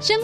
生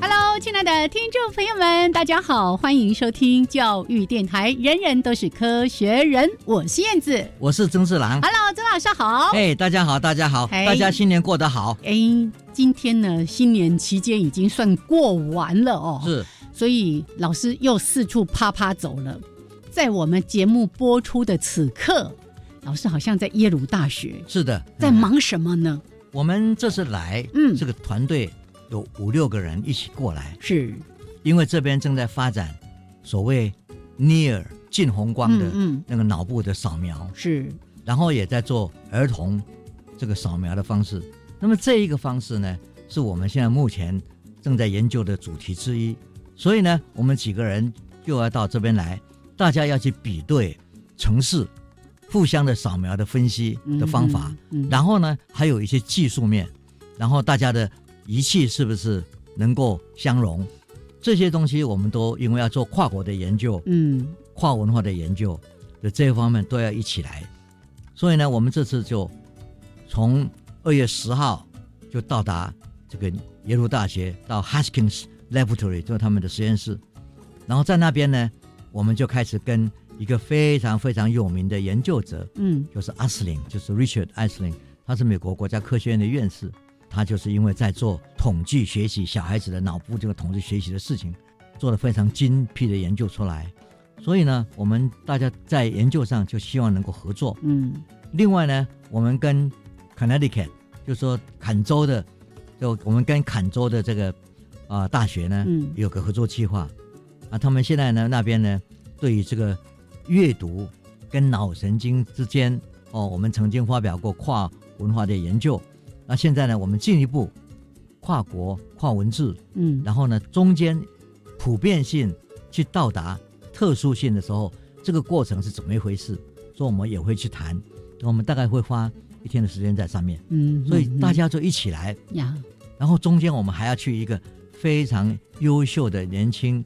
Hello，亲爱的听众朋友们，大家好，欢迎收听教育电台《人人都是科学人》，我是燕子。我是曾志郎。 Hello，曾老师好。哎，大家好，大家好，哎大家新年过得好。哎，今天呢，新年期间已经算过完了哦，是，所以老师又四处啪啪走了。在我们节目播出的此刻，老师好像在耶鲁大学，是的，嗯在忙什么呢？我们这次来，嗯这个团队有五六个人一起过来，是，因为这边正在发展所谓 near 近红光的嗯嗯，那个脑部的扫描，是，然后也在做儿童这个扫描的方式。那么这一个方式呢，是我们现在目前正在研究的主题之一。所以呢，我们几个人就要到这边来，大家要去比对城市互相的扫描的分析的方法。嗯，嗯，然后呢，还有一些技术面，然后大家的仪器是不是能够相容？这些东西我们都因为要做跨国的研究、嗯，跨文化的研究的这一方面都要一起来。所以呢，我们这次就从二月十号就到达这个耶鲁大学到 Haskins Laboratory，就是他们的实验室。然后在那边呢，我们就开始跟一个非常非常有名的研究者，嗯，就是阿斯林，就是 Richard 艾斯林，他是美国国家科学院的院士，他就是因为在做统计学习小孩子的脑部这个统计学习的事情，做了非常精辟的研究出来。所以呢，我们大家在研究上就希望能够合作。嗯，另外呢，我们跟 Connecticut，就说坎州的，就我们跟坎州的这个啊、大学呢，嗯有个合作计划啊。他们现在呢那边呢，对于这个阅读跟脑神经之间哦，我们曾经发表过跨文化的研究。那现在呢，我们进一步跨国跨文字，嗯，然后呢，中间普遍性去到达特殊性的时候，这个过程是怎么一回事？所以我们也会去谈，我们大概会花一天的时间在上面，嗯，所以大嗯家就一起来。嗯呀，然后中间我们还要去一个非常优秀的年轻，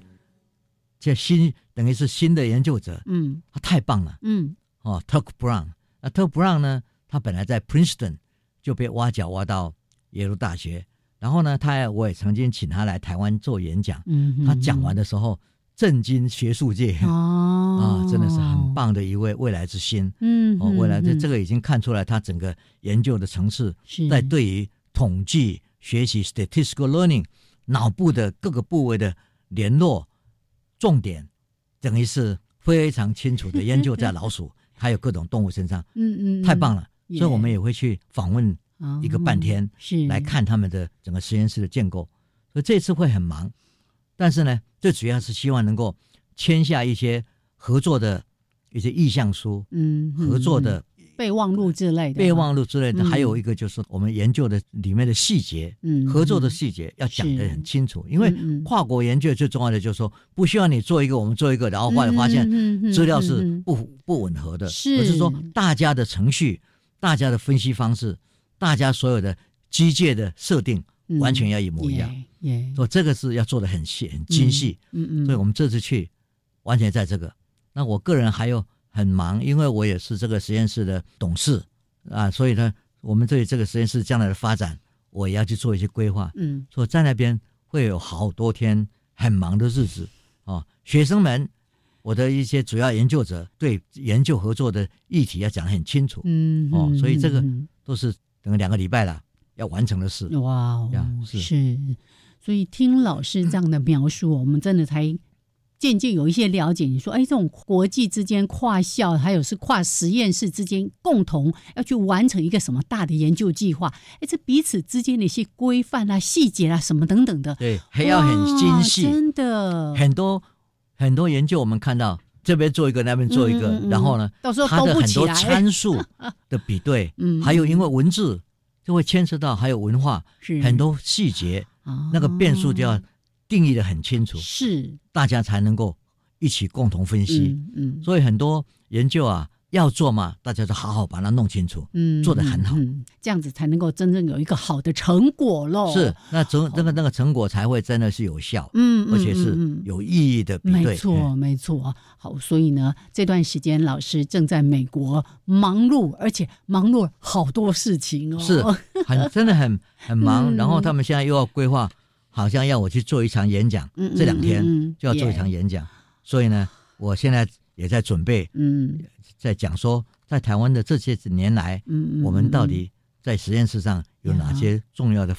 这新等于是新的研究者，嗯他太棒了嗯哦，Tuck Brown。那 Tuck Brown 呢，他本来在 Princeton 就被挖角挖到耶鲁大学，然后呢，他也我也曾经请他来台湾做演讲。嗯，他讲完的时候震惊学术界、哦 啊，真的是很，棒的一位未来之星。嗯，嗯哦，未来这这个个已经看出来，他整个研究的层次是在对于统计学习 （statistical learning） 脑部的各个部位的联络重点，等于是非常清楚的研究在 老鼠还有各种动物身上，嗯嗯，太棒了。嗯哦所以我们也会去访问一个半天是来，看他们的整个实验室的建构，所以这次会很忙，但是呢，最主要是希望能够签下一些合作的一些意向书、嗯，嗯合作的嗯备忘录之类的，备，忘录之类嗯的，还有一个就是我们研究的里面的细节，嗯，合作的嗯，细节要讲得是很清楚，因为嗯嗯跨国研究最重要的就是说，不需要你做一个我们做一个，然后后来发嗯现嗯嗯嗯资料嗯是嗯不不吻合的，是而是说大家的程序大家的分析方式，大家所有的机械的设定嗯完全要一模一样。耶，耶所以这个是要做的很细、很精细。，嗯嗯，所以我们这次去完全在这个。那我个人还有很忙，因为我也是这个实验室的董事啊，所以呢，我们对这个实验室将来的发展，我也要去做一些规划。嗯所以在那边会有好多天很忙的日子啊。学生们，我的一些主要研究者对研究合作的议题要讲得很清楚，嗯，哦嗯所以这个嗯都是等两个礼拜了要完成的事。嗯哇哦呀是是，所以听老师这样的描述，我们真的才。渐渐有一些了解，你说，哎，这种国际之间跨校，还有是跨实验室之间共同要去完成一个什么大的研究计划，哎，这彼此之间的一些规范啊、细节啊、什么等等的，对，还要很精哇细，真的，哦很多很多研究我们看到这边做一个，那边做一个，嗯嗯嗯然后呢，到时候它兜的不很起多来，，参数的比对嗯还有因为文字就会牵涉到还有文化是很多细节，啊那个变数就要定义的很清哦楚，是大家才能够一起共同分析。嗯嗯所以很多研究啊要做嘛，大家都好好把它弄清楚。嗯，做得很好嗯，嗯这样子才能够真正有一个好的成果喽。是，那成那个那个成果才会真的是有效，哦嗯，嗯，而且是嗯嗯有意义的比对。哎没错，没错。好，所以呢，这段时间老师正在美国忙碌，而且忙碌好多事情哦。 是很真的很很忙，嗯然后他们现在又要规划，好像要我去做一场演讲，嗯这两天嗯嗯就要做一场演讲，所以呢，我现在也在准备，嗯嗯在讲说，在台湾的这些年来，嗯，嗯我们到底在实验室上有哪呀些重要的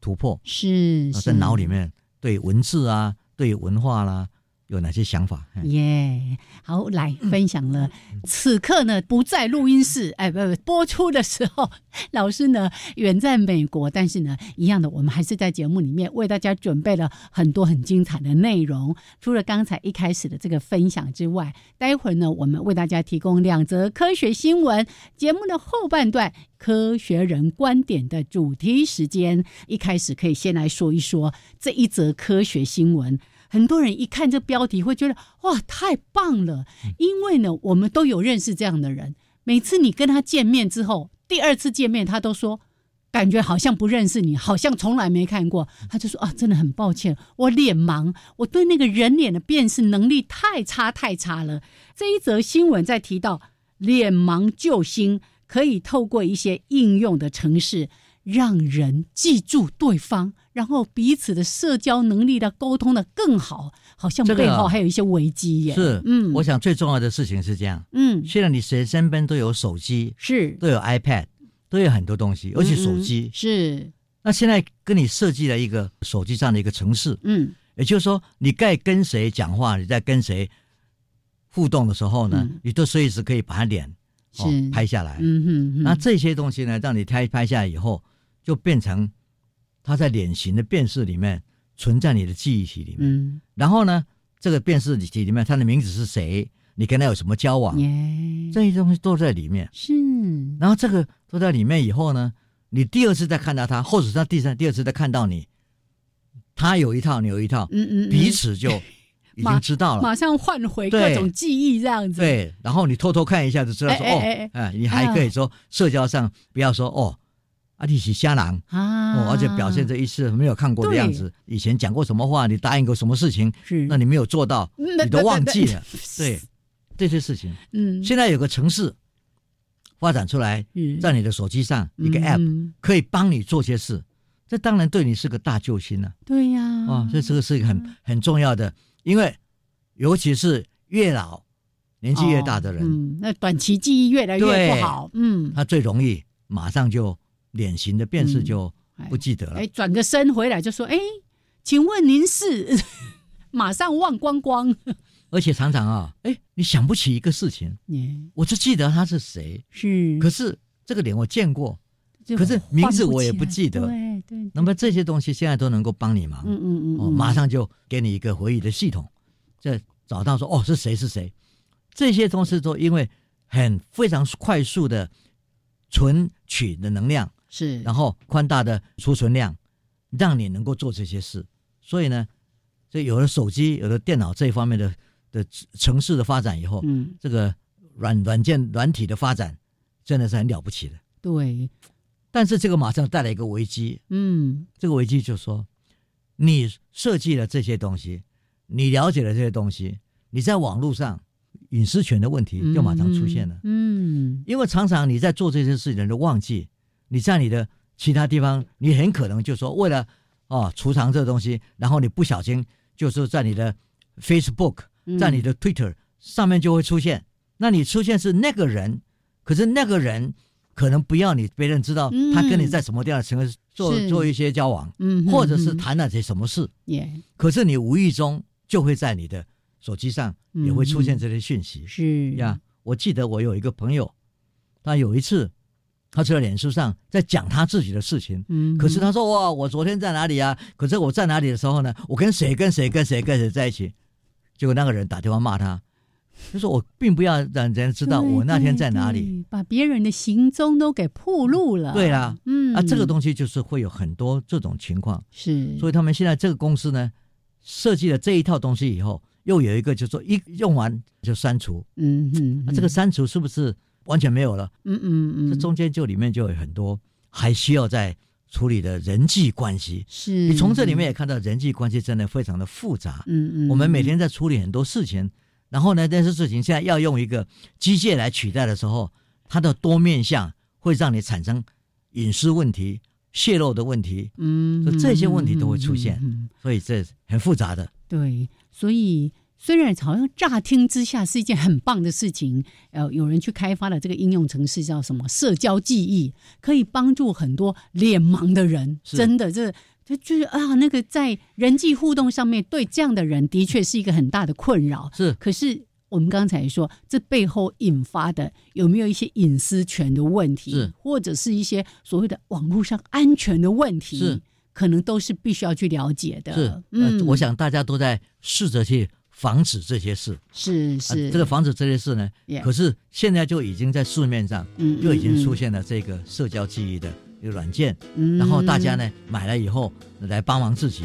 突破？是啊是在脑里面对文字啊，对文化啦、有哪些想法？嗯耶好，来分享了。此刻呢，不在录音室，哎，不不，播出的时候， 老师呢远在美国，但是呢，一样的，我们还是在节目里面为大家准备了很多很精彩的内容。除了刚才一开始的这个分享之外，待会儿呢，我们为大家提供两则科学新闻。节目的后半段，科学人观点的主题时间，一开始可以先来说一说这一则科学新闻。很多人一看这标题会觉得哇太棒了，因为呢，我们都有认识这样的人。每次你跟他见面之后，第二次见面，他都说感觉好像不认识你，好像从来没看过。他就说啊，真的很抱歉，我脸盲，我对那个人脸的辨识能力太差太差了。这一则新闻在提到脸盲救星，可以透过一些应用的程式，让人记住对方，然后彼此的社交能力的沟通的更好。好像这个背后还有一些危机耶。是，嗯，我想最重要的事情是这样，嗯现在你谁身边都有手机，是，都有 iPad，都有很多东西，而且手嗯机嗯。是，那现在跟你设计了一个手机上的一个城市，嗯也就是说，你该跟谁讲话，你在跟谁互动的时候呢，嗯你都随时可以把他脸哦是拍下来。嗯哼哼，那这些东西呢，让你拍拍下来以后，就变成它在脸型的辨识里面存在你的记忆体里面。嗯然后呢，这个辨识体里面，他的名字是谁，你跟他有什么交嗯往，耶，啊这些东西都在里面。是，嗯然后这个都在里面以后呢，你第二次再看到他，或者是他第三、第二次再看到你，他有一套，你有一套，嗯嗯，嗯彼此就已经知道 了。马上换回各对种记忆这样子，，对，然后你偷偷看一下就知道说哎哎哎哎嗯哦，哎，你还可以说社交上不要说哦，啊你是瞎狼啊，哦，而且表现这一次没有看过的对样子，以前讲过什么话，你答应过什么事情，是，那你没有做到，嗯那你都忘记了，对对，这些事情。嗯，现在有个城市发展出来，是在你的手机上一个 app，嗯可以帮你做些事，这当然对你是个大救星了对呀，啊！哦这这个是一个嗯很很重要的，因为尤其是越老、年纪越大的人，哦嗯，那短期记忆越来越对不好，嗯，他最容易马上就脸型的辨识就不记得了。哎，转个身回来就说，哎，请问您是，马上忘光光， 而且常常啊，哎，你想不起一个事情，耶，我就记得他是谁，是，可是这个脸我见过。就可是换名字不我也起不来记得对对，那么这些东西现在都能够帮你忙，嗯嗯嗯哦，嗯，马上就给你一个回忆的系统，这找到说哦是谁是谁，这些东西都因为很非常快速的存取的能量，是，然后宽大的储存量，让你能够做这些事。所以呢，所以有了手机，有了电脑这一方面呃的的城市的发展以后，嗯，这个软软件软体的发展真的是很了不起的。对，但是这个马上带来一个危机，嗯这个危机就是说，你设计了这些东西，你了解了这些东西，你在网络上隐私权的问题就马上出现了。嗯，嗯因为常常你在做这些事情都忘记，你在你的其他地方，你很可能就说为了哦储藏这东西，然后你不小心就是在你的 Facebook、嗯在你的 Twitter 上面就会出现。那你出现是那个人，可是那个人可能不要你别人知道他跟你在什么地方的城市做、嗯是做一些交往，嗯，或者是嗯嗯谈了些什么事，也可是你无意中就会在你的手机上也会出现嗯这些讯息。是呀，我记得我有一个朋友，他有一次，他就在脸书上在讲他自己的事情。嗯，可是他说：“哇，我昨天在哪里啊？可是我在哪里的时候呢，我跟谁跟谁跟谁跟谁在一起。”结果那个人打电话骂他，就说：“我并不要让人知道对我那天对在哪里。对把别人的行踪都给暴露了。对啊，嗯啊，这个东西就是会有很多这种情况。是，所以他们现在这个公司呢，设计了这一套东西以后，又有一个就是说一用完就删除。嗯嗯，那、啊这个嗯删除是不是完全没有了？嗯嗯嗯，这中间就里面就有很多还需要在处理的人际关系。是你从这里面，也看到人际关系真的非常的复杂。嗯嗯，我们每天在处理很多事情，然后呢，这些事情现在要用一个机械来取代的时候，它的多面向会让你产生隐私问题、泄露的问题，嗯，所嗯以这些问题都会出现嗯嗯嗯嗯所以这很复杂的。对，所以虽然好像乍听之下是一件很棒的事情，呃，有人去开发了这个应用程式叫什么社交记忆，可以帮助很多脸盲的人，是真的这。就就是啊，那个在人际互动上面，对这样的人的确是一个很大的困扰。是可是我们刚才说，这背后引发的有没有一些隐私权的问题是，或者是一些所谓的网络上安全的问题，是可能都是必须要去了解的。是，嗯，呃，我想大家都在试着去防止这些事。是啊是、这个防止这些事呢 Yeah 可是现在就已经在市面上嗯就已经出现，现了这个社交记忆的一个软件，嗯然后大家？呢买了以后来帮忙自己，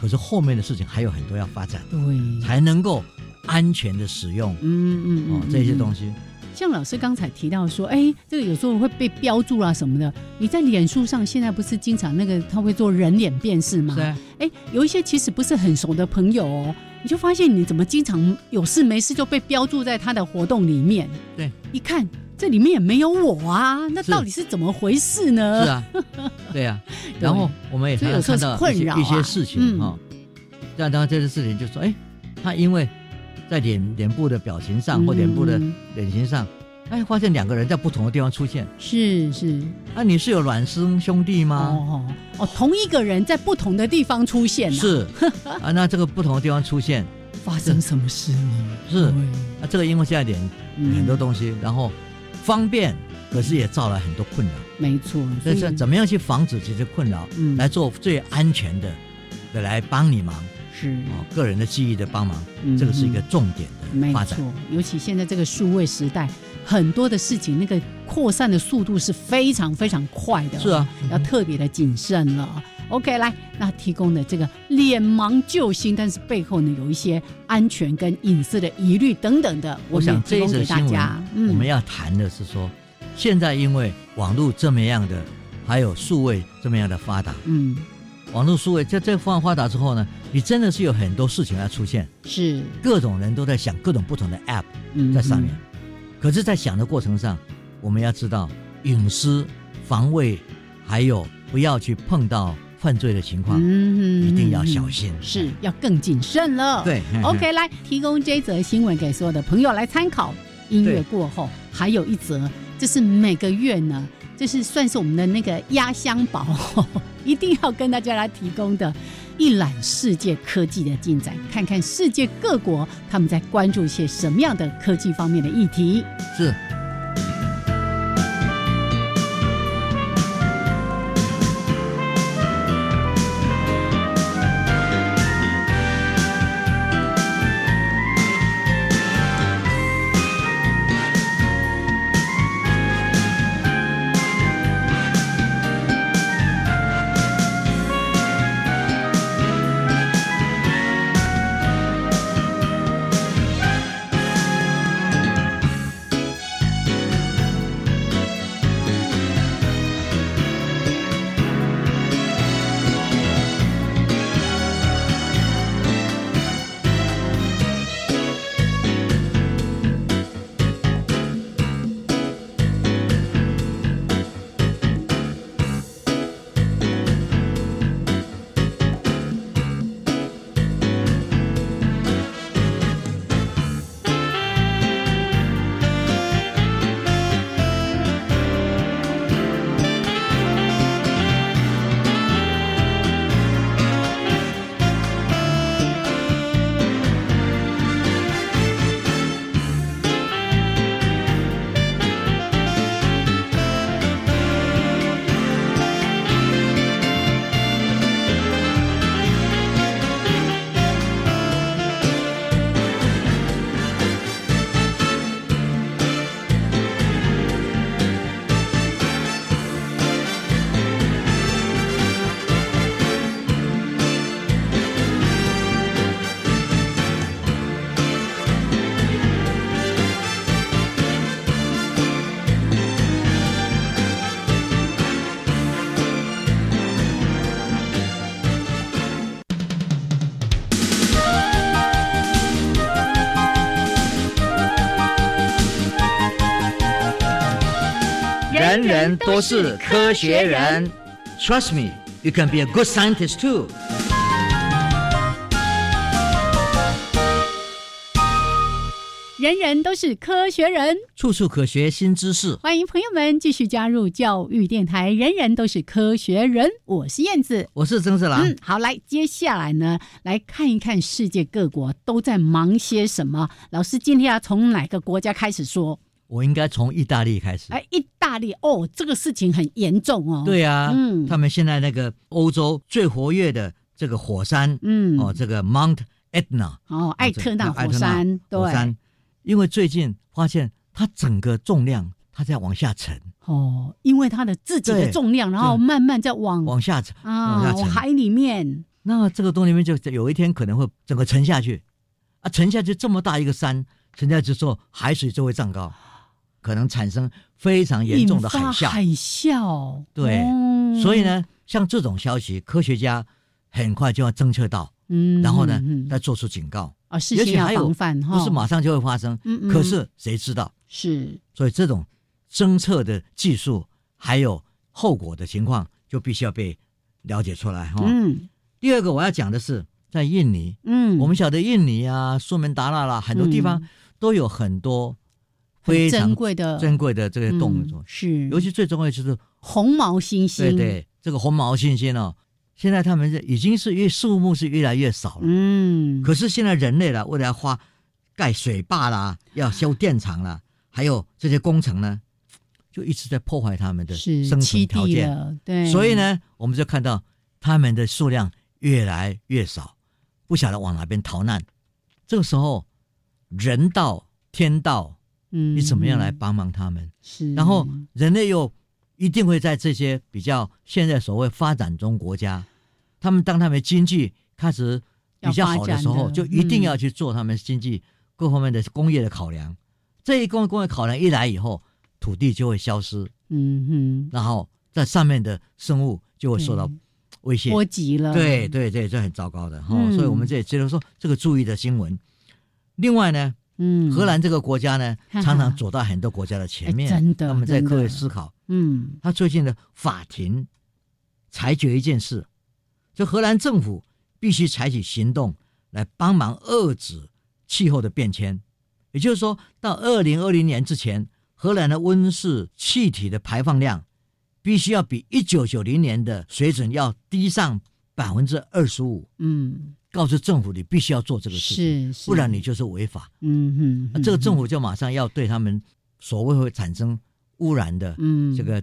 可是后面的事情还有很多要发展，嗯对，才能够安全的使用嗯嗯哦嗯，这些东西。西。像老师刚才提到说，哎，这个有时候会被标注啦、什么的。你在脸书上现在不是经常那个他会做人脸辨识吗？是啊，哎，有一些其实不是很熟的朋友哦，你就发现你怎么经常有事没事就被标注在他的活动里面。对，一看这里面也没有我啊，那是到底是怎么回事呢？是，啊，对啊。然后我们也常常看到所一以有时些、候是困扰啊一些事情嗯哈，让他、这些事情就说，哎，他因为在脸脸部的表情上或脸部的嗯脸型上，哎，发现两个人在不同的地方出现。是是啊，你是有孪生兄弟吗？哦哦哦，同一个人在不同的地方出现、啊，是 啊，那这个不同的地方出现发生什么事呢？是对啊，这个因为现在脸嗯很多东西，然后方便，可是也造了很多困扰。没错，所但以是怎么样去防止这些困扰，嗯来做最安全的，的来帮你忙是哦，个人的记忆的帮忙，嗯这个是一个嗯重点的没发展错。，尤其现在这个数位时代，很多的事情那个扩散的速度是非常非常快的，哦是啊，要特别的谨慎了。OK，来，哦那提供的这个脸盲救星，但是背后呢有一些安全跟隐私的疑虑等等的，我们也想提这一供则给大新闻家。，嗯我们要谈的是说，现在因为网络这么样的，还有数位这么样的发达，嗯，网络数位在这方发达之后呢，你真的是有很多事情要出现，是各种人都在想各种不同的 App 嗯在上面。可是，在想的过程上，我们要知道隐私、防卫，还有不要去碰到犯罪的情况，嗯啊一定要小心。是要更谨慎了。对嗯嘿嘿，OK，来提供这一则新闻给所有的朋友来参考。音乐对过后还有一则，这是每个月呢，这是算是我们的那个压箱宝， 一定要跟大家来提供的。一览世界科技的进展，看看世界各国他们在关注一些什么样的科技方面的议题。是。人人都是科学人。Trust me, you can be a good scientist too. 人人都是科学人。处处可学新知识。欢迎朋友们继续加入教育电台，人人都是科学人，我是燕子。我是曾志郎。嗯，好，来，接下来呢，来看一看世界各国都在忙些什么。老师今天要从哪个国家开始说？我应该从意大利开始。哎，意大利哦，这个事情很严重哦。，对啊，嗯他们现在那个欧洲最活跃的这个火山，嗯，哦，这个 Mount Etna 哦，艾特纳艾火特纳山，对，火山，因为最近发现它整个重量它在往下沉，哦，因为它的自己的对重量，然后慢慢在往往下沉。往啊下沉往海里面，那这个东西面就有一天可能会整个沉下去，啊，沉下去这么大一个山，沉下去之后海水就会涨高，可能产生非常严重的海引发海啸。啸，对哦所以，呢，像这种消息，科学家很快就要侦测到，嗯然后呢嗯，再做出警告。哦，事也先许要还有防范哈，不是马上就会发生，嗯嗯可是谁知道？是所以这种侦测的技术还有后果的情况，就必须要被了解出来哈、嗯第二个我要讲的是，在印尼，嗯，我们晓得印尼啊、苏门答腊啦，很多地方嗯都有很多很非常珍贵的珍贵的这个动物，嗯是，尤其最重要的就是红毛猩猩，对，对这个红毛猩猩哦，现在他们是已经是越数目是越来越少了。嗯，可是现在人类了，为了要花盖水坝啦，要修电厂啦，还有这些工程呢，就一直在破坏他们的是生存栖条地件。了，对，所以，呢，我们就看到他们的数量越来越少，不晓得往哪边逃难。这个时候，人道、天道，嗯，你怎么样来嗯？帮忙他们？是，然后人类又一定会在这些比较现在所谓发展中国家，他们当他们经济开始比较好的时要候，发展的就一定要去做他们经济各方面的工业的考量。这一工工业考量一来以后，土地就会消失，嗯哼，然后在上面的生物就会受到对威胁。波及了，对，对对，这很糟糕的哈、嗯所以我们这也值得说这个注意的新闻。另外呢，嗯，荷，兰这个国家呢，哈哈常常走到很多国家的前面，哎真的他们在真的各位思考。嗯他最近的法庭裁决一件事，就荷兰政府必须采取行动来帮忙遏制气候的变迁。也就是说，到二零二零年之前，荷兰的温室气体的排放量必须要比一九九零年的水准要低上百分之二十五。嗯，告诉政府，你必须要做这个事情，是，是不然你，就是违法。嗯那哼，这个政府，府就马上要对他们所谓会产生污染的嗯，这，个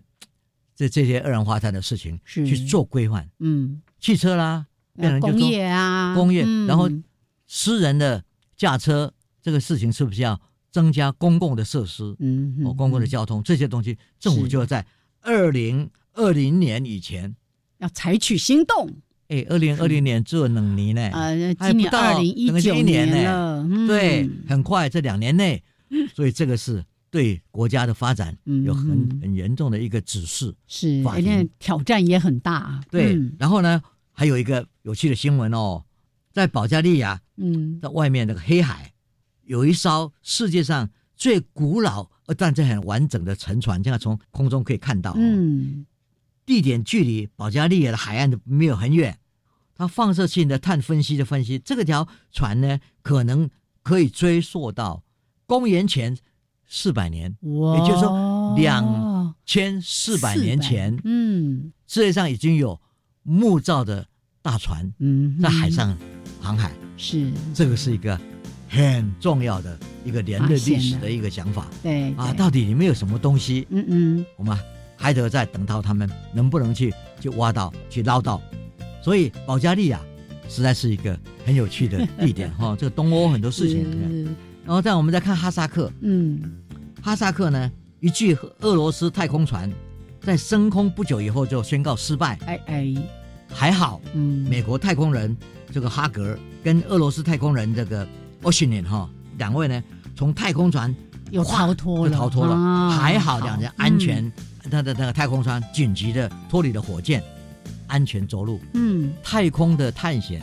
这这些二氧化碳的事情是去做规范，嗯，汽车啦，变呃成就工说业啊，工业嗯然后私人的驾车这个事情是不是要增加公共的设施、嗯哼，哦，公共的嗯交通这些东西，政府是就要在二零二零年以前，要采取行动，哎，二零二零年做冷泥呢，呃，哎还今年不到二零一等于是九一年呢了，嗯对，很快这两年 内，所以这个是对国家的发展有嗯很嗯很严重的一个指示。是，法哎那庭挑战也很大，对，嗯然后呢，还有一个有趣的新闻哦，在保加利亚，嗯，在外面那个黑海，有一艘世界上最古老呃但这很完整的沉船，现在从空中可以看到、哦，，嗯，地点距离保加利亚的海岸没有很远。它放射性的碳分析的分析，这个条船呢，可能可以追溯到公元前四百年，哇，也就是说两千四百年前，嗯世界上已经有木造的大船嗯，在海上航海，是，这个是一个很重要的一个人类历史的一个想法对啊。对到底里面有什么东西？嗯嗯我们还得再等到他们能不能去去挖到、去捞到。所以保加利亚实在是一个很有趣的 地点哈、这个东欧很多事情。是然后再我们再看哈萨克，嗯哈萨克呢，一具俄罗斯太空船在升空不久以后就宣告失败，哎哎还好嗯，美国太空人这个哈格跟俄罗斯太空人这个 Oshinin 哈，两位呢从太空船有逃脱就了，逃脱了，啊还好两人安全，，他的那个太空船紧急的脱离了火箭，安全着陆。嗯，太空的探险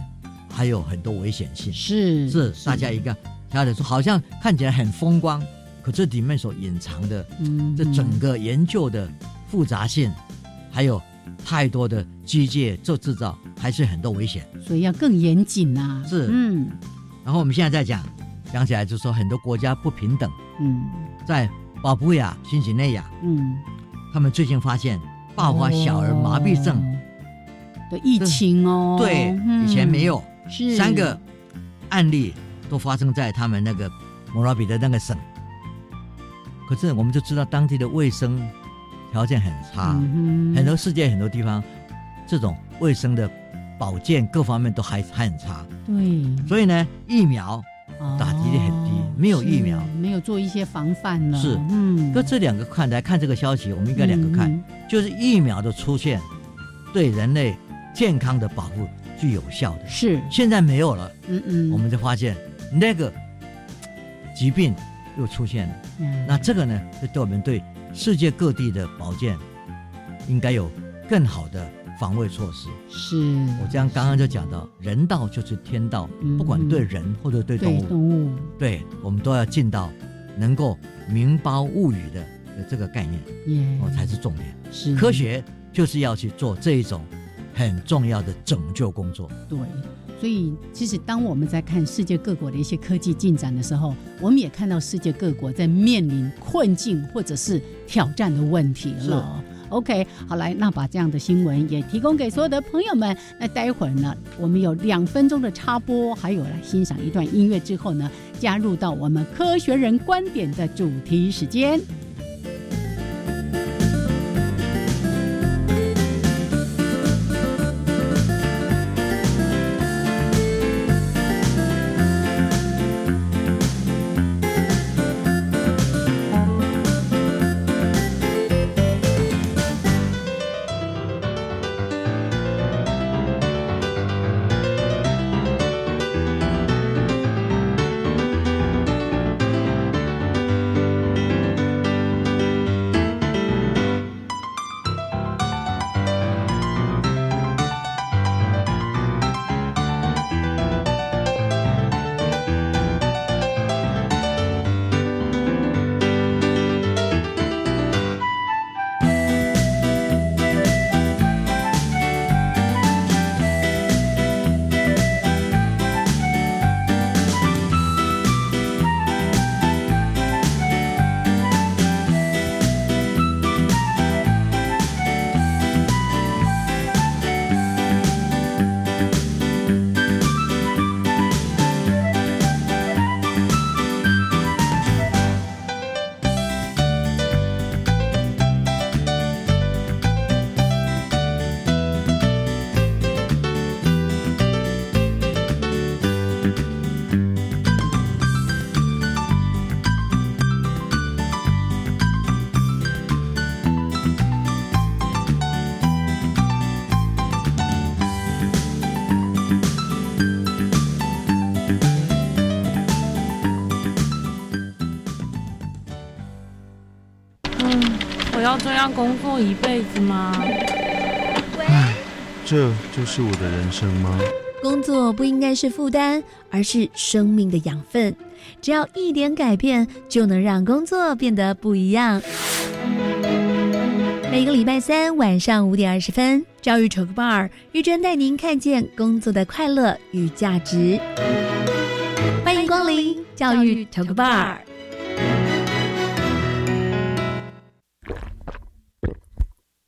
还有很多危险性嗯，是是大家一个了解说好像看起来很风光，可这里面所隐藏的嗯，这整个研究的复杂性，还有太多的机械做制造，还是很多危险。所以要更严谨呐、是嗯然后我们现在在讲，讲起来就说很多国家不平等，嗯在保布亚、新几内亚，嗯，他们最近发现爆发小儿麻痹症，哦的疫情哦，嗯对，以前没有，有，是三个案例都发生在他们那个摩拉比的那个省。可是我们就知道当地的卫生条件很差，嗯哼啊很多世界很多地方这种卫生的保健各方面都还还很差，对，所以呢，疫苗打击率很低哦没有疫苗是没有做一些防范了，是嗯，搁这两个看来看这个消息，我们应该两个看，嗯就是疫苗的出现对人类健康的保护是有效的嗯，是，现在没有了，嗯嗯，我们就发现那个疾病又出现了。嗯那这个呢，就对我们对世界各地的保健应该有更好的防卫措施。是我这样刚刚就讲到，人道就是天道嗯，不管对人或者对动对物，动物，对我们都要尽到能够明包物语的这个概念，耶，哦才是重点。是科学就是要去做这一种很重要的拯救工作。对，所以其实当我们在看世界各国的一些科技进展的时候，我们也看到世界各国在面临困境或者是挑战的问题了。OK，好来，那把这样的新闻也提供给所有的朋友们。那待会儿呢，我们有两分钟的插播，还有来欣赏一段音乐之后呢，加入到我们科学人观点的主题时间。嗯，我要这样工作一辈子吗？这就是我的人生吗？工作不应该是负担，而是生命的养分。只要一点改变，就能让工作变得不一样。每个礼拜三晚上五点二十分，教育 Talk Bar 玉珍带您看见工作的快乐与价值。欢迎光临教育 Talk Bar。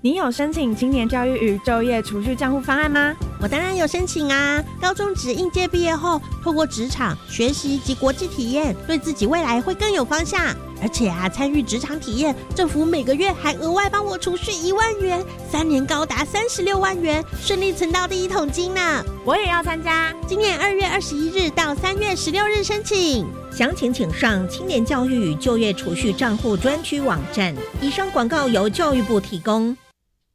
你有申请青年教育与就业储蓄账户方案吗？我当然有申请啊。高中职应届毕业后，透过职场学习及国际体验，对自己未来会更有方向。而且啊，参与职场体验，政府每个月还额外帮我储蓄一万元，三年高达三十六万元，顺利存到第一桶金呢。我也要参加，今年二月二十一日到三月十六日申请，详情请上青年教育与就业储蓄账户专区网站。以上广告由教育部提供。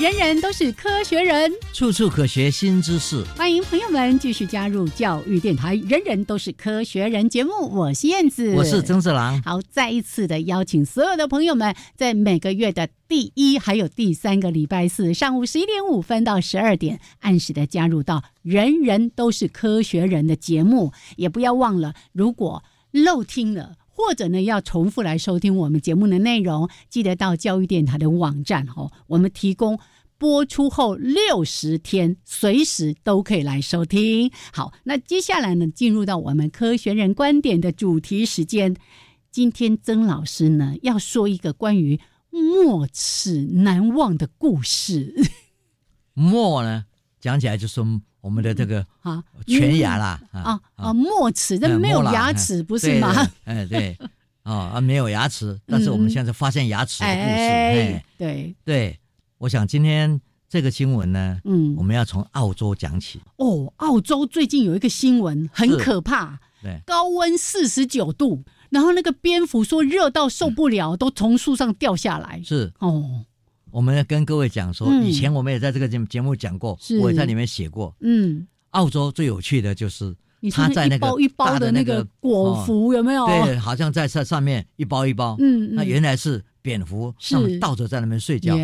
人人都是科学人，处处可学新知识。欢迎朋友们继续加入教育电台《人人都是科学人》节目，我是燕子，我是曾志郎。好，再一次的邀请所有的朋友们，在每个月的第一还有第三个礼拜四上午十一点五分到十二点，按时的加入到《人人都是科学人》的节目。也不要忘了，如果漏听了。或者呢，要重复来收听我们节目的内容，记得到教育电台的网站哦。我们提供播出后六十天，随时都可以来收听。好，那接下来呢，进入到我们科学人观点的主题时间。今天曾老师呢要说一个关于莫齿难忘的故事。 莫呢，讲起来就是我们的这个啊，全牙啦啊啊，末齿，但没有牙齿，不是吗？哎，对，啊啊，没有牙齿，但是我们现在发现牙齿的故事，嗯 哎，对对，我想今天这个新闻呢，嗯，我们要从澳洲讲起。哦，澳洲最近有一个新闻很可怕，对，高温四十九度，然后那个蝙蝠说热到受不了，都从树上掉下来。是哦。我们跟各位讲说，以前我们也在这个节节目讲过，我也在里面写过。嗯，澳洲最有趣的就是他在那个哦一包的那个果蝠有没有？对，好像在上上面一包一包。哦嗯，那原来是蝙蝠，上面倒着在那边睡觉。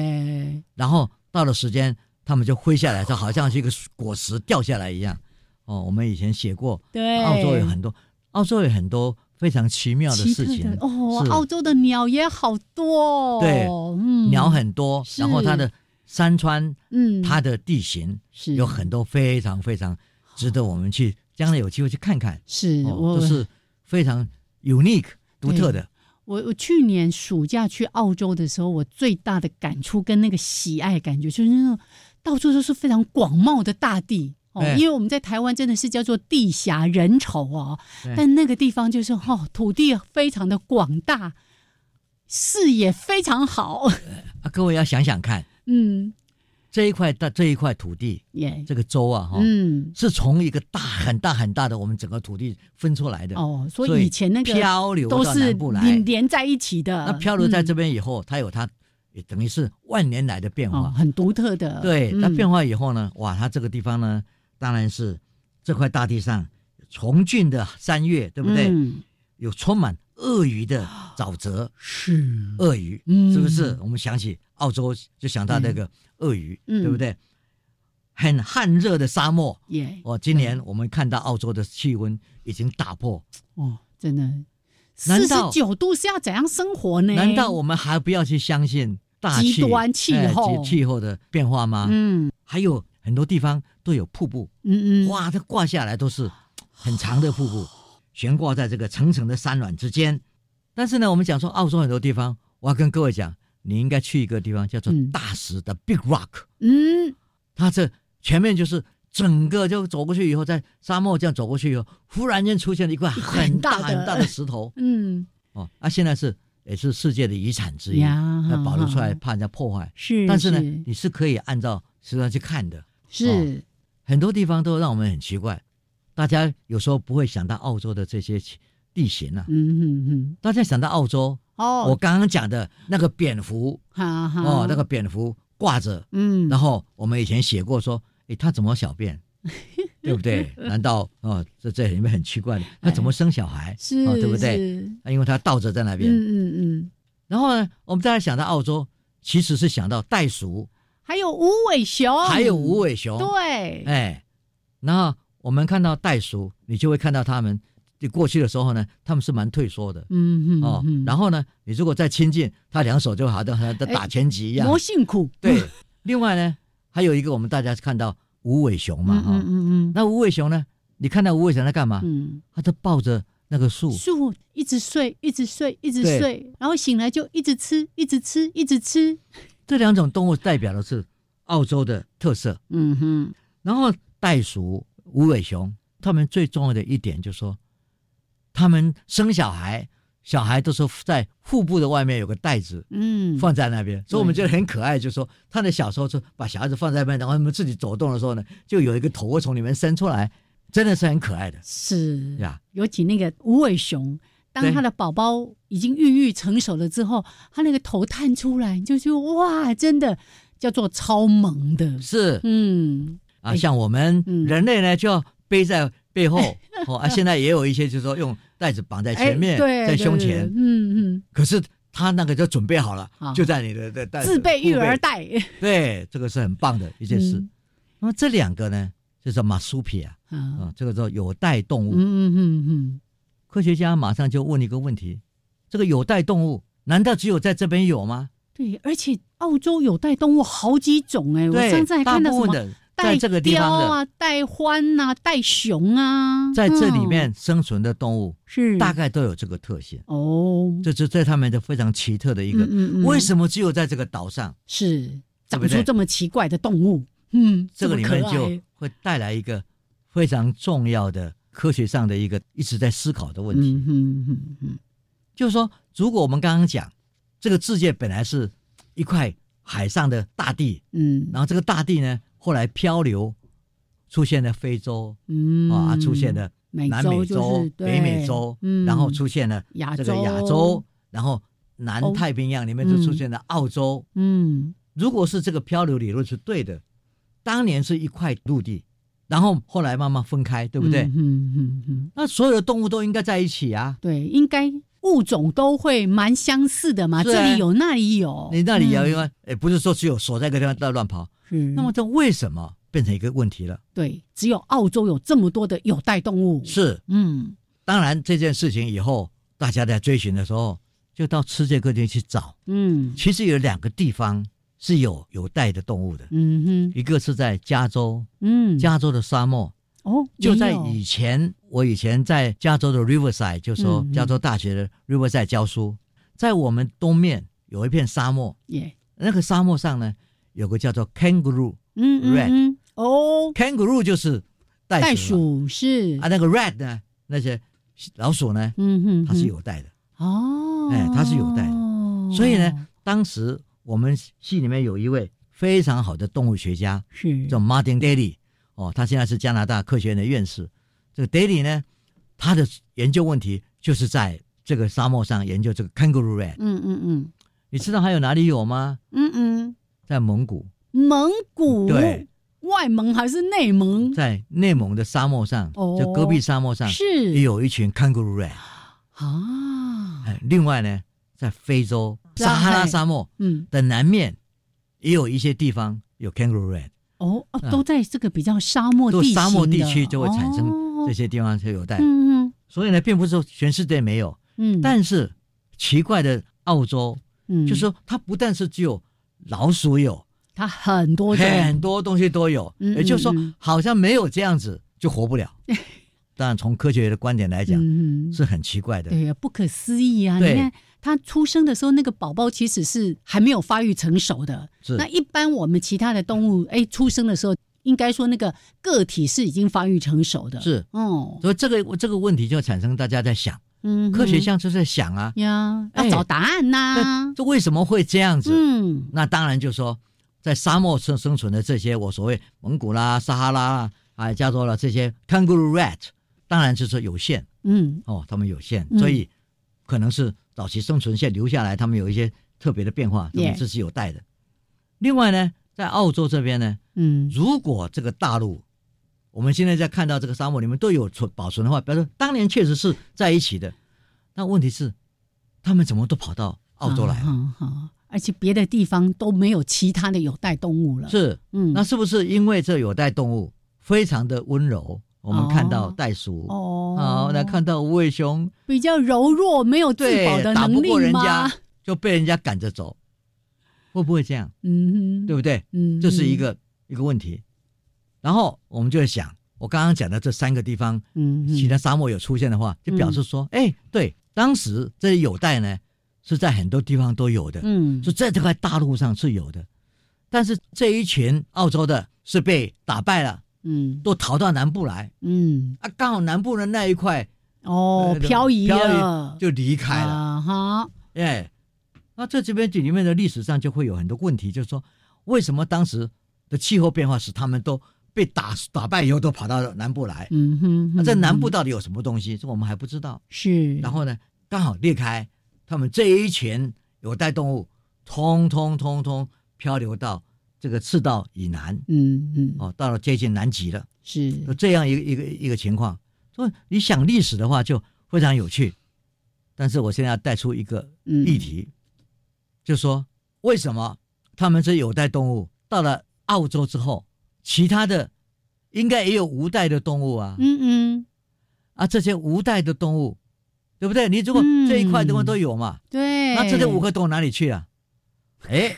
然后到了时间，他们就挥下来，就好像是一个果实掉下来一样。哦，我们以前写过，对，澳洲有很多，澳洲有很多。非常奇妙的事情哦，澳洲的鸟也好多、哦，对，嗯、鸟很多，然后它的山川，嗯，它的地形是有很多非常非常值得我们去，将来有机会去看看，是，哦、都是非常 unique 独特的。我我去年暑假去澳洲的时候，我最大的感触跟那个喜爱感觉，就是那种到处都是非常广袤的大地。哦，因为我们在台湾真的是叫做地狭人稠哦，但那个地方就是哦，土地非常的广大，视野非常好。 啊，各位要想想看，嗯，这一块大这一块土地，这个州啊，哈、哦，嗯，是从一个大很大很大的我们整个土地分出来的哦，所以以前那个漂流都是连连在一起的。那漂流在这边以后，嗯、它有它。也等于是万年来的变化，哦、很独特的。嗯对，它变化以后呢，嗯、哇，它这个地方呢，当然是这块大地上重峻的山岳，对不对？嗯、有充满鳄鱼的沼泽，是鳄鱼，嗯、是不是？我们想起澳洲，就想到那个鳄鱼，嗯对不对？很旱热的沙漠，哦，今年我们看到澳洲的气温已经打破，哦，真的。难道四十九度是要怎样生活呢？难道我们还不要去相信大极端气候、哎、气候的变化吗？嗯，还有很多地方都有瀑布，嗯嗯，哇，它挂下来都是很长的瀑布，悬挂在这个层层的山峦之间。但是呢，我们讲说澳洲很多地方，我要跟各位讲，你应该去一个地方叫做大石的 Big Rock，嗯，它这前面就是。整个就走过去以后，在沙漠这样走过去以后，忽然间出现了一块很大很大的石头。嗯，哦，啊，现在是也是世界的遗产之一，那保留出来怕人家破坏。是，但是呢，哦你是可以按照时段去看的。是，很多地方都让我们很奇怪，大家有时候不会想到澳洲的这些地形啊。嗯嗯嗯，大家想到澳洲哦，我刚刚讲的那个蝙蝠，哦，那个蝙蝠挂着，嗯，然后我们以前写过说。哎，他怎么小 便，对不对？难道哦，这这里面哎很奇怪的，他怎么生小孩？是、哦，对不对？是因为他倒着在那边。嗯嗯嗯。然后呢，我们再来想到澳洲，其实是想到袋鼠，还有无尾熊，还有无尾熊，哦对，哎，然后我们看到袋鼠，你就会看到它们。就过去的时候呢，他们是蛮退缩的，嗯哎哦，然后呢，你如果再亲近，他两手就好像在打拳击一样，魔性苦。嗯对，另外呢，还有一个我们大家看到无尾熊嘛，哦哈，嗯嗯嗯，那无尾熊呢，你看到无尾熊在干嘛？嗯，它在抱着那个树，树一直睡，一直睡，一直嗯对睡，然后醒来就一直吃，一直吃，一直吃。这两种动物代表的是澳洲的特色，嗯哼，然后袋鼠、无尾熊，它们最重要的一点就是说，它们生小孩，小孩都是在腹部的外面有个袋子，嗯，放在那边，所以我们觉得很可爱，就是说他的小时候就把小孩子放在那边，然后他们自己走动的时候呢，就有一个头会从里面伸出来，真的是很可爱的，是呀，尤其那个无尾熊，当对它的宝宝已经孕育成熟了之后，它那个头探出来，你就觉得哇，真的叫做超萌的。是嗯，啊，像我们人类呢就要背在 背后，哦啊，现在也有一些就是说用袋子绑在前面，哎对在胸对对前对，嗯嗯，可是他那个就准备好了好，就在你的的袋子啊自备育儿腹袋。背，对，这个是很棒的一件事嗯。那么这两个呢，就叫马苏皮啊，啊，啊，这个叫有袋动物，嗯嗯嗯嗯，科学家马上就问一个问题：这个有袋动物难道只有在这边有吗？对，而且澳洲有袋动物好几种哎、我上次还对，大看到部什分么的带在这个地雕方的，啊、带獾啊、带熊啊，在这里嗯面生存的动物是大概都有这个特性。哦，这是对他们的非常奇特的一个嗯嗯嗯。为什么只有在这个岛上？是对不长出对这么奇怪的动物，嗯，这个么里可面爱就会带来一个非常重要的科学上的一个一直在思考的问题。嗯嗯嗯嗯，就是说，如果我们刚刚讲这个世界本来是一块海上的大地，嗯，然后这个大地呢后来漂流，出现了非洲，嗯啊，出现了美南洲美就洲、是北美对洲，嗯然后出现了亚这个亚洲洲，然后南欧太平洋里面就出嗯现了澳洲。嗯，如果是这个漂流理论是对的，当年是一块陆地，然后后来慢慢分开，对对不对？嗯嗯嗯，那所有的动物都应该在一起啊。对，应该物种都会蛮相似的嘛，是啊这里有那里有，你那里有一嗯个，也、不是说只有锁在一个地方在乱跑。是那么这为什么变成一个问题了？对，只有澳洲有这么多的有袋动物，是，嗯，当然这件事情以后大家在追寻的时候，就到世界各地去找。嗯其实有两个地方是有有带的动物的，嗯哼，一个是在加州，嗯，加州的沙漠，哦，就也在有以前，我以前在加州的 Riverside，就说嗯嗯加州大学的 Riverside 教书，在我们东面有一片沙漠，耶，那个沙漠上呢有个叫做 Kangaroo 嗯嗯 Rat 嗯，哦， kangaroo 就是袋袋鼠鼠嘛是，啊，那个 rat 呢，那些老鼠呢，嗯哼，它是哼有袋的。哦，哎它是有带的所以呢，当时我们系里面有一位非常好的动物学家，是叫 Martin Daly，哦，他现在是加拿大科学院的院士。这个 Daly 呢，他的研究问题就是在这个沙漠上研究这个 kangaroo rat。嗯嗯嗯你知道还有哪里有吗？嗯嗯，在蒙古，蒙古嗯对，外蒙还是内蒙？在内蒙的沙漠上，嗯哦就戈壁沙漠上，是也有一群 kangaroo rat。啊，哎，另外呢，在非洲拉撒哈拉海沙漠嗯的南面，也有一些地方有 kangaroo rat，哦哦，啊都在这个比较沙漠都地沙漠形地的区就会产生哦这些地方就有带。嗯嗯所以呢，并不是说全世界没有，嗯，但是奇怪的澳洲，嗯就是说它不但是只有老鼠有，它很多种，很多东西都有，嗯也就是说嗯嗯好像没有这样子就活不了。当然，从科学的观点来讲，嗯嗯是很奇怪的。对呀，不可思议啊！你对看他出生的时候，那个宝宝其实是还没有发育成熟的。是那一般我们其他的动物，哎，出生的时候应该说那个个体是已经发育成熟的。是哦，所以这个这个问题就产生大家在想，嗯哼，嗯科学上就是在想啊，呀，要哎找答案呐、那这为什么会这样子？嗯，那当然就说，在沙漠生生存的这些，我所谓蒙古啦、撒哈拉啦，啊，加州啦这些 kangaroo rat，当然就是有限嗯哦，他们有限，嗯所以可能是早期生存线留下来，他们有一些特别的变化，他 Yeah 们这是有带的。另外呢，在澳洲这边呢，嗯，如果这个大陆，我们现在在看到这个沙漠里面都有存保存的话，比如说当年确实是在一起的，那问题是他们怎么都跑到澳洲来好好好，而且别的地方都没有其他的有袋动物了。是，嗯，那是不是因为这有袋动物非常的温柔？我们看到袋鼠，哦，好，那看到无尾熊，比较柔弱，没有自保的对，打不能过力人吗家？就被人家赶着走，会不会这样？嗯哼，对不对？嗯这是一个一个问题。然后我们就会想，我刚刚讲的这三个地方，嗯，其他沙漠有出现的话，就表示说，哎、对，当时这有袋呢是在很多地方都有的，嗯，就在这块大陆上是有的，但是这一群澳洲的是被打败了，嗯，都逃到南部来，嗯，啊，刚好南部的那一块哦呃，漂移漂了移，就离开了，啊哈，哎、那这这边里面的历史上就会有很多问题，就是说，为什么当时的气候变化使他们都被打打败以后都跑到南部来？嗯哼，那、这啊南部嗯到底有什么东西？这我们还不知道。是，然后呢，刚好裂开，他们这一群有袋动物，通通通通漂流到这个赤道以南，嗯嗯，哦，到了接近南极了，是就这样一个一个一个情况。所以你想历史的话，就非常有趣。但是我现在要带出一个嗯议题，就说为什么他们这有袋动物到了澳洲之后，其他的应该也有无袋的动物啊？嗯嗯，啊，这些无袋的动物，对不对？你如果嗯这一块动物都有嘛，对，那这些五个动物哪里去啊？哎，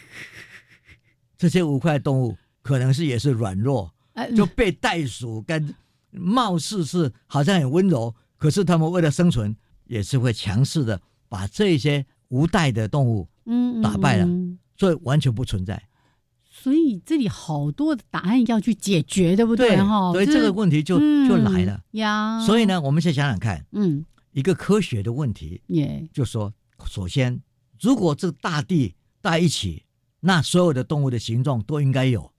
这些五块动物可能是也是软弱哎，就被袋鼠跟貌似是好像很温柔，可是他们为了生存，也是会强势的把这些无袋的动物嗯嗯打败了嗯，所以完全不存在。所以这里好多的答案要去解决，对不哈？所以就这个问题就就来了。嗯呀。所以，呢，我们先想想看，嗯，一个科学的问题，耶，就说，首先，如果这大地在一起，那所有的动物的形状都应 该有。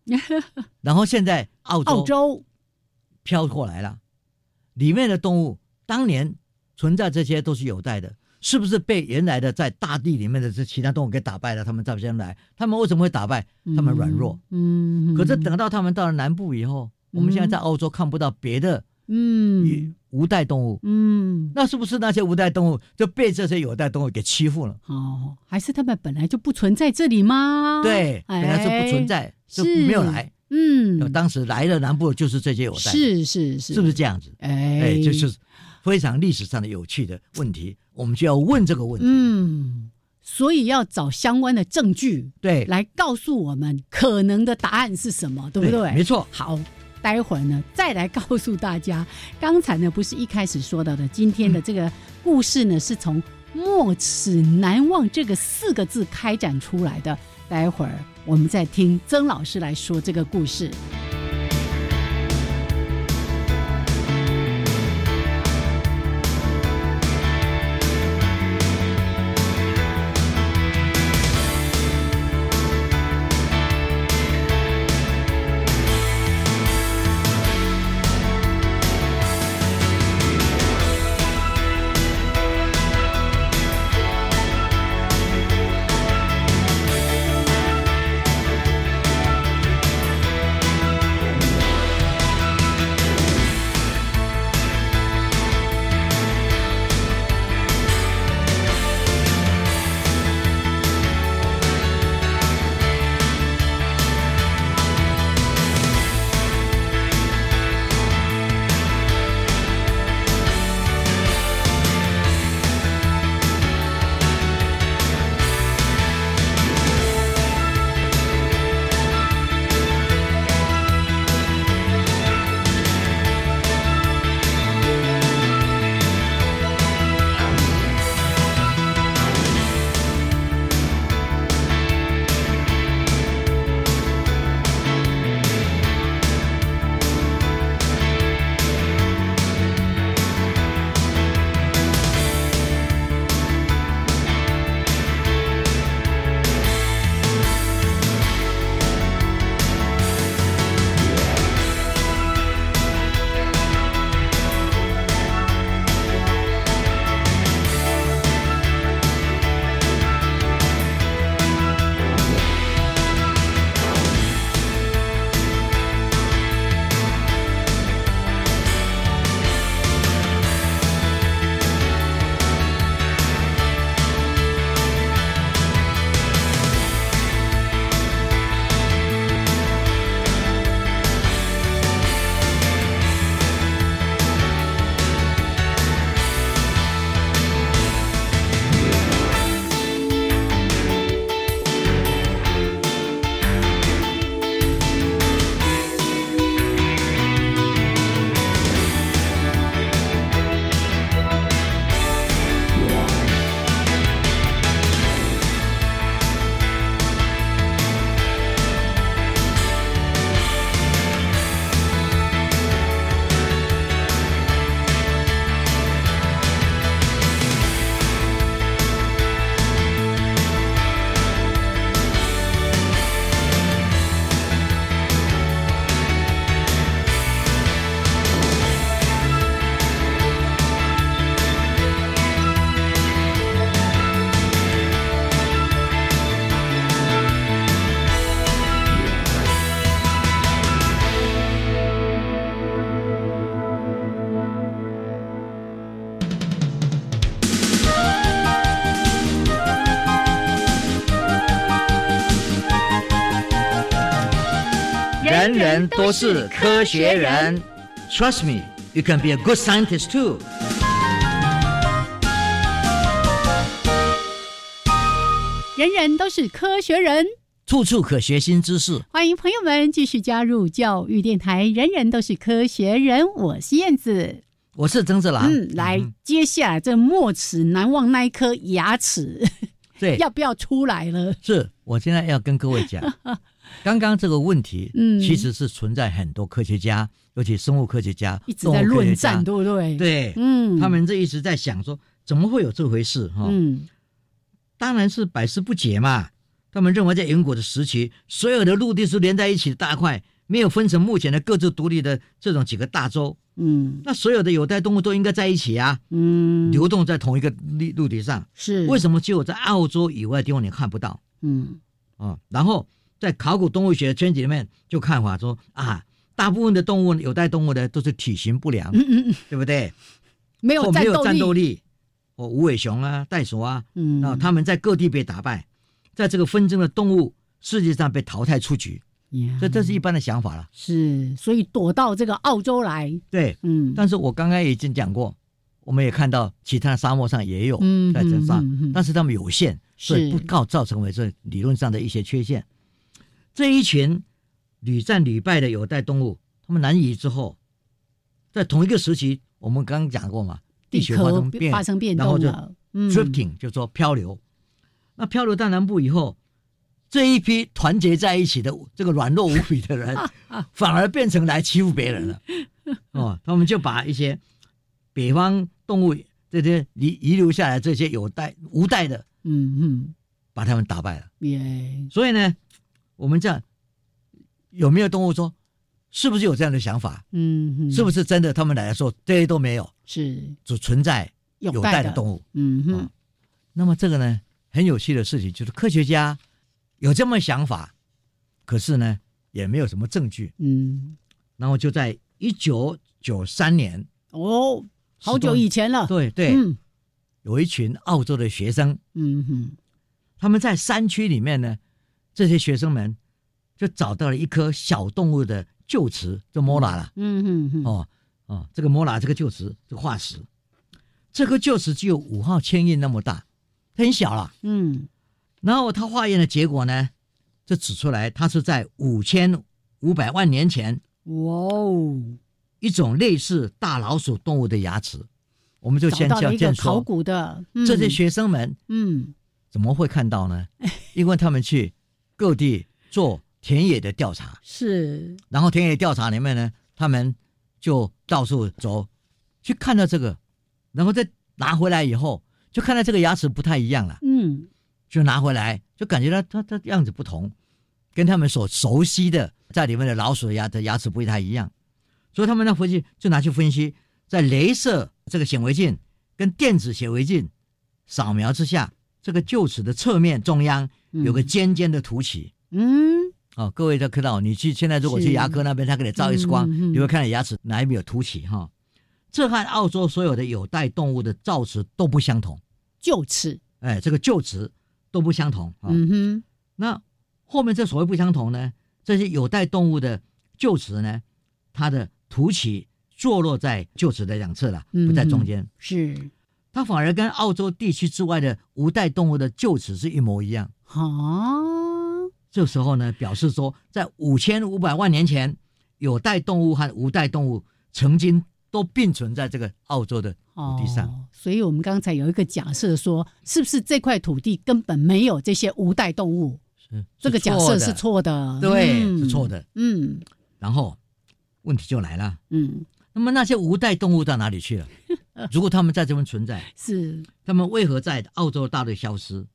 然后现在澳洲澳洲飘过来了，里面的动物当年存在这些都是有袋的，是不是被原来的在大地里面的这其他动物给打败了？他们再不先来，他们为什么会打败？他们软弱。嗯，可是等到他们到了南部以后，我们现在在澳洲看不到别的嗯无袋动物，嗯，那是不是那些无袋动物就被这些有袋动物给欺负了？哦，还是他们本来就不存在这里吗？哎对，本来是不存在，就没有来。嗯，当时来了南部就是这些有袋，是是是，是不是这样子？哎哎，这就是非常历史上的有趣的问题，我们就要问这个问题。嗯，所以要找相关的证据，对来告诉我们可能的答案是什么，对不对？对没错好。待会儿呢，再来告诉大家，刚才呢不是一开始说到的，今天的嗯这个故事呢是从“莫齿难忘”这个四个字开展出来的。待会儿我们再听曾老师来说这个故事。人人都是科学人。Trust me, you can be a good scientist too. 人人都是科学人，处处可学新知识。欢迎朋友们继续加入教育电台。人人都是科学人，我是燕子。我是曾志郎。嗯，来，接下来这莫齿难忘那一颗牙齿，对要不要出来了？是我现在要跟 各位讲，刚刚这个问题，嗯其实是存在很多科学家，尤其生物科学家一直在论战，对不对？对，嗯，他们这哦一直在想说，怎么会有这回事？哈、嗯，当然是百思不解嘛。他们认为，在远古的时期，所有的陆地是连在一起的大块，没有分成目前的各自独立的这种几个大洲。嗯那所有的有袋动物都应该在一起啊，嗯，流动在同一个陆陆地上。是为么？什么只有在澳洲以外的地方你看不到嗯啊、然后在考古动物学圈子里面就看法说啊，大部分的动物有袋动物呢都是体型不良，嗯嗯嗯，对不对？没有或战斗没有力，战斗力，哦，无尾熊啊、袋鼠啊，嗯，那、他们在各地被打败，在这个纷争的动物世界上被淘汰出局，呀这这是一般的想法了。是，所以躲到这个澳洲来，对，嗯，但是我刚刚已经讲过，我们也看到其他的沙漠上也有嗯在征杀，嗯嗯嗯但是他们有限，所以是不告造成为这理论上的一些缺陷。这一群屡战屡败的有袋动物，他们南移之后，在同一个时期，我们刚刚讲过嘛，地地球壳发生变，发生变然后动就了，嗯 drifting，、就说漂流。那漂流到南部以后，这一批团结在一起的这个软弱无比的人，反而变成来欺负别人了。哦，他们就把一些北方动物这些遗遗留下来这些有带无带的，嗯嗯，把他们打败了。耶，所以呢，我们这样有没有动物说，是不是有这样的想法？嗯嗯，是不是真的？他们来说这些都没有，是只存在有有带带的哦动物。嗯哼，那么这个呢，很有趣的事情就是科学家有这么想法，可是呢也没有什么证据。嗯，然后就在一九九三年，哦，好十多久以前了，对对，嗯有一群澳洲的学生，嗯哼，他们在山区里面呢，这些学生们就找到了一颗小动物的臼齿，就 mola 了。嗯哼哼，哦哦，这个 mola 这个臼齿，这个化石，这颗臼齿只有五号铅印那么大，它很小了。嗯然后他化验的结果呢，就指出来，它是在五千五百万年前哇哦，一种类似大老鼠动物的牙齿。我们就找先到要了一个先考说，古的，这些嗯学生们嗯怎么会看到呢？因为他们去各地做田野的调查，是，然后田野调查里面呢，他们就到处走，去看到这个，然后再拿回来以后，就看到这个牙齿不太一样了。嗯就拿回来，就感觉到它它样子不同，跟他们所熟悉的在里面的老鼠的牙的牙齿不太一样，所以他们呢回去就拿去分析，在镭射这个显微镜跟电子显微镜扫描之下，这个臼齿的侧面中央有个尖尖的凸起。嗯，哦，各位都看到，你去现在如果是去牙科那边，他给你照 X 光，嗯嗯嗯你会看到牙齿哪一边有凸起哈、这和澳洲所有的有袋动物的造齿都不相同，就此，哎，这个臼齿都不相同啊。嗯哼，那后面这所谓不相同呢，这些有袋动物的臼齿呢，它的凸起坐落在臼齿的两侧了，嗯不在中间。是，它反而跟澳洲地区之外的无袋动物的臼齿是一模一样。哦，这时候呢，表示说，在五千五百万年前，有袋动物和无袋动物曾经都并存在这个澳洲的土地上。哦，所以我们刚才有一个假设说，是不是这块土地根本没有这些无袋动物？是这个假设是错错的，的，对，嗯是错。的。嗯然后问题就来了。嗯，那么那些无袋动物到哪里去 了？如果它们在这边存在，是它们为何在澳洲大陆消失？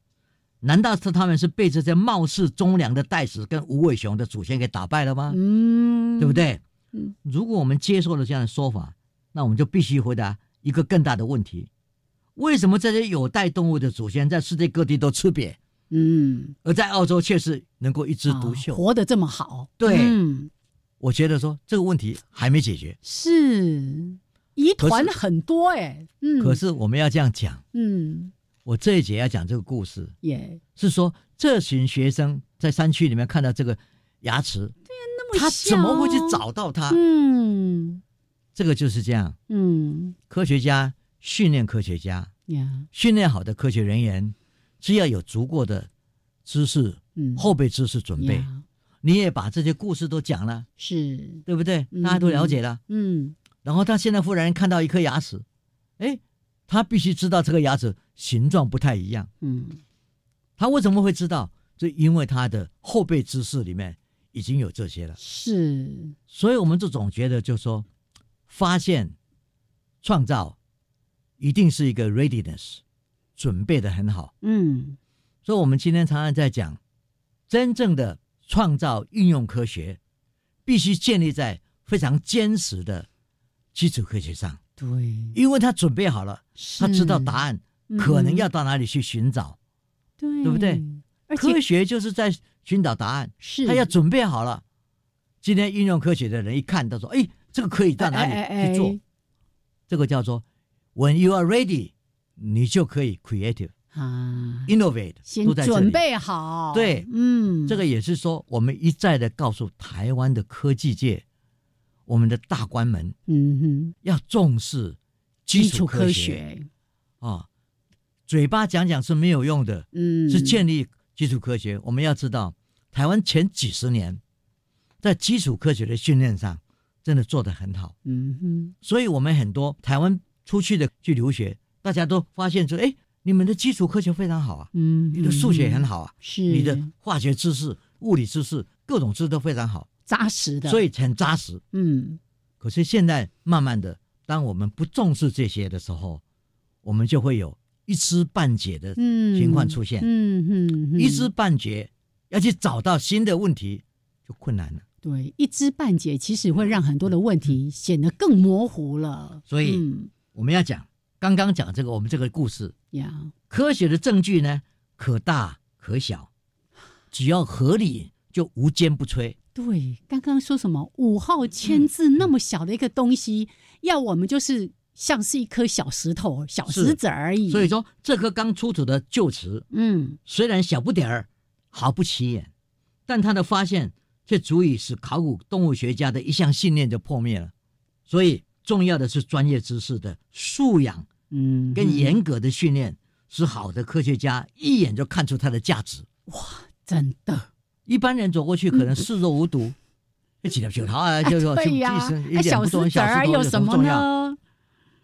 难道是它们是被这些貌似忠良的袋鼠跟无尾熊的祖先给打败了吗？嗯，对不？对？嗯如果我们接受了这样的说法，那我们就必须回答一个更大的问题：为什么这些有袋动物的祖先在世界各地都吃瘪，嗯，而在澳洲却是能够一枝独啊秀？活得这么好，对嗯，我觉得说这个问题还没解决。是疑可是团很多哎，嗯，可是我们要这样讲，嗯我这一节要讲这个故事，也是说这群学生在山区里面看到这个牙齿，对呀、那么他小怎么会去找到它？嗯这个就是这样，嗯科学家训练科学家，呀，训练好的科学人员，只要有足够的知识、嗯后备知识准备，呀你也把这些故事都讲了，是，对不对？大家都了解了。嗯然后他现在忽然看到一颗牙齿，哎，他必须知道这个牙齿形状不太一样。嗯他为什么会知道？这因为他的后备知识里面已经有这些了。是，所以我们就总觉得，就说发现、创造，一定是一个 readiness，准备的很好。嗯所以我们今天常常在讲，真正的创造应用科学，必须建立在非常坚实的基础科学上，对因为他准备好了，他知道答案嗯可能要到哪里去寻找。对，对不对？而且科学就是在寻找答案，是他要准备好了。今天应用科学的人一看，他说：“哎，这个可以到哪里哎哎哎去做？”这个叫做 “When you are ready”，你就可以 creative、啊， innovate，先都在这里准备好，对嗯，这个也是说，我们一再的告诉台湾的科技界，我们的大官们嗯哼，要重视基基础础科科学学，啊、嘴巴讲讲是没有用的，嗯，是建立基础科学。我们要知道，台湾前几十年在基础科学的训练上真的做得很好，嗯哼，所以我们很多台湾出去的去留学，大家都发现说，哎，你们的基础科学非常好啊，嗯，你的数学很好啊，是你的化学知识、物理知识、各种知识都非常好，扎实的，所以很扎实。嗯可是现在慢慢的，当我们不重视这些的时候，我们就会有一知半解的嗯情况出现。嗯嗯嗯，一知半解，要去找到新的问题就困难了。对一知半解，其实会让很多的问题显得更模糊了，所以嗯我们要讲，刚刚讲这个我们这个故事，呀，科学的证据呢，可大可小，只要合理就无坚不摧。对，刚刚说什么五号签字那么小的一个东西，要我们就是像是一颗小石头、小石子而已，所以说，这颗刚出土的旧瓷嗯虽然小不点儿，毫不起眼，但它的发现却足以使考古动物学家的一项信念就破灭了。所以，重要的是专业知识的素养嗯，跟严格的训练，使好的科学家一眼就看出它的价值。真的，一般人走过去可能视若无睹，那几条九条啊，就就就嗯哎对一呀身，哎一点小不重要，石子小儿石头有有什么重要？哎呢？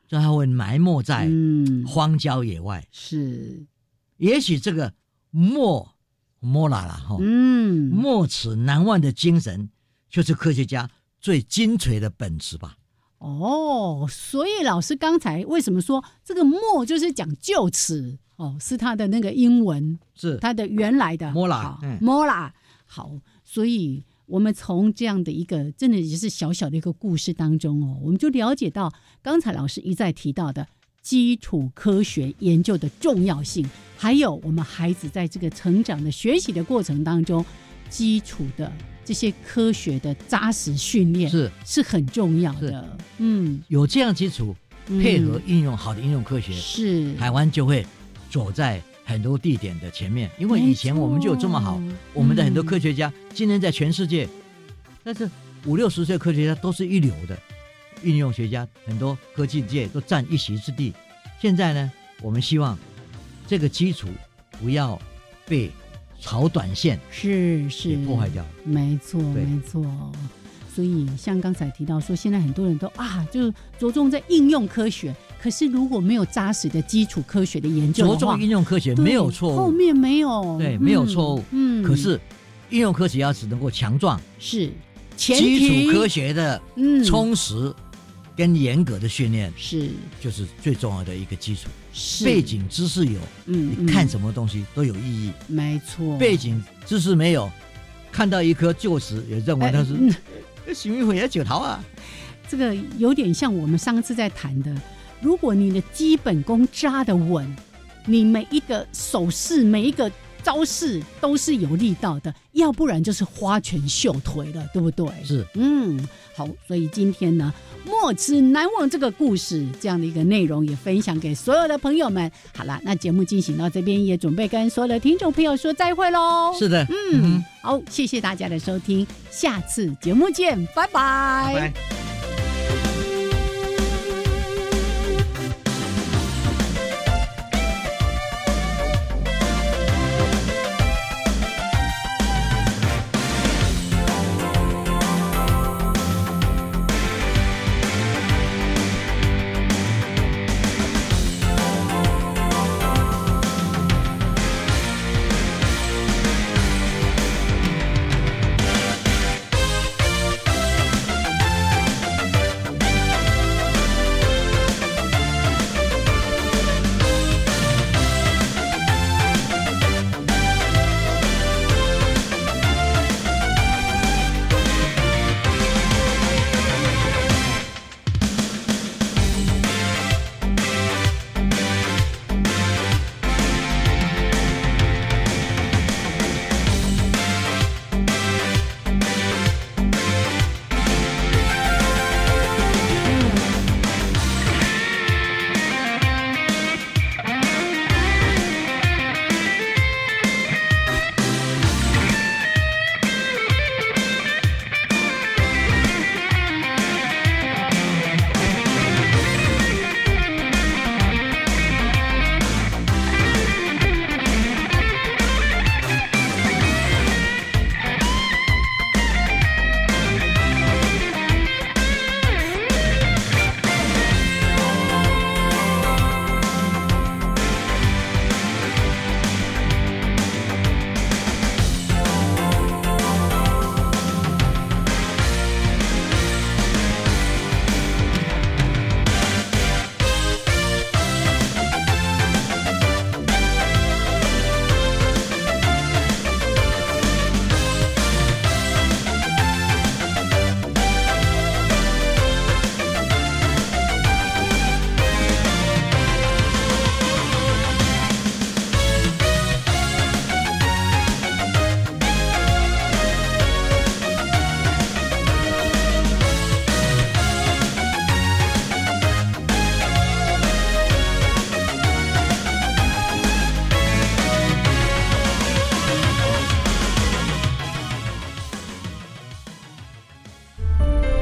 所以它会埋没在嗯，荒郊野外。是，也许这个莫莫拉啦哈，嗯，莫齿难忘的精神，就是科学家最精髓的本质吧。哦，所以老师刚才为什么说这个“墨”就是讲臼齿哦，是它的那个英文，是它的原来的 Molar，好嗯 Mola 好，所以我们从这样的一个真的也是小小的一个故事当中哦，我们就了解到刚才老师一再提到的基础科学研究的重要性，还有我们孩子在这个成长的学习的过程当中，基础的这些科学的扎实训练是是很重要的是。嗯，有这样基础，嗯配合应用好的应用科学，是台湾就会走在很多地点的前面，因为以前我们就有这么好没错，我们的很多科学家今天在全世界，但是五六十岁科学家都是一流的，应用学家很多科技界都占一席之地。现在呢，我们希望这个基础不要被炒短线是是给破坏掉。没错，对没错。所以像刚才提到说，现在很多人都啊，就着重在应用科学，可是如果没有扎实的基础科学的研究着的话重应，用科学对没有错后误，面没有，对，没有错误。嗯，可是应用科学要只能够强壮，是前基提础科学的嗯充实跟严格的训练是就是最重要的一个基础。是背，景知识有，嗯，你看么？什么东西都有意义；没错，背景知识没有，看到一颗旧石也认为哎它是 嗯哎行一会要九桃啊。这个有点像我们上次在谈的，如果你的基本功扎得稳，你每一个手势、每一个招式都是有力道的，要不然就是花拳绣腿了，对不对？是，嗯，好，所以今天呢，莫之难忘这个故事这样的一个内容也分享给所有的朋友们。好了，那节目进行到这边，也准备跟所有的听众朋友说再会喽。是的，嗯，好，谢谢大家的收听，下次节目见，拜拜。拜拜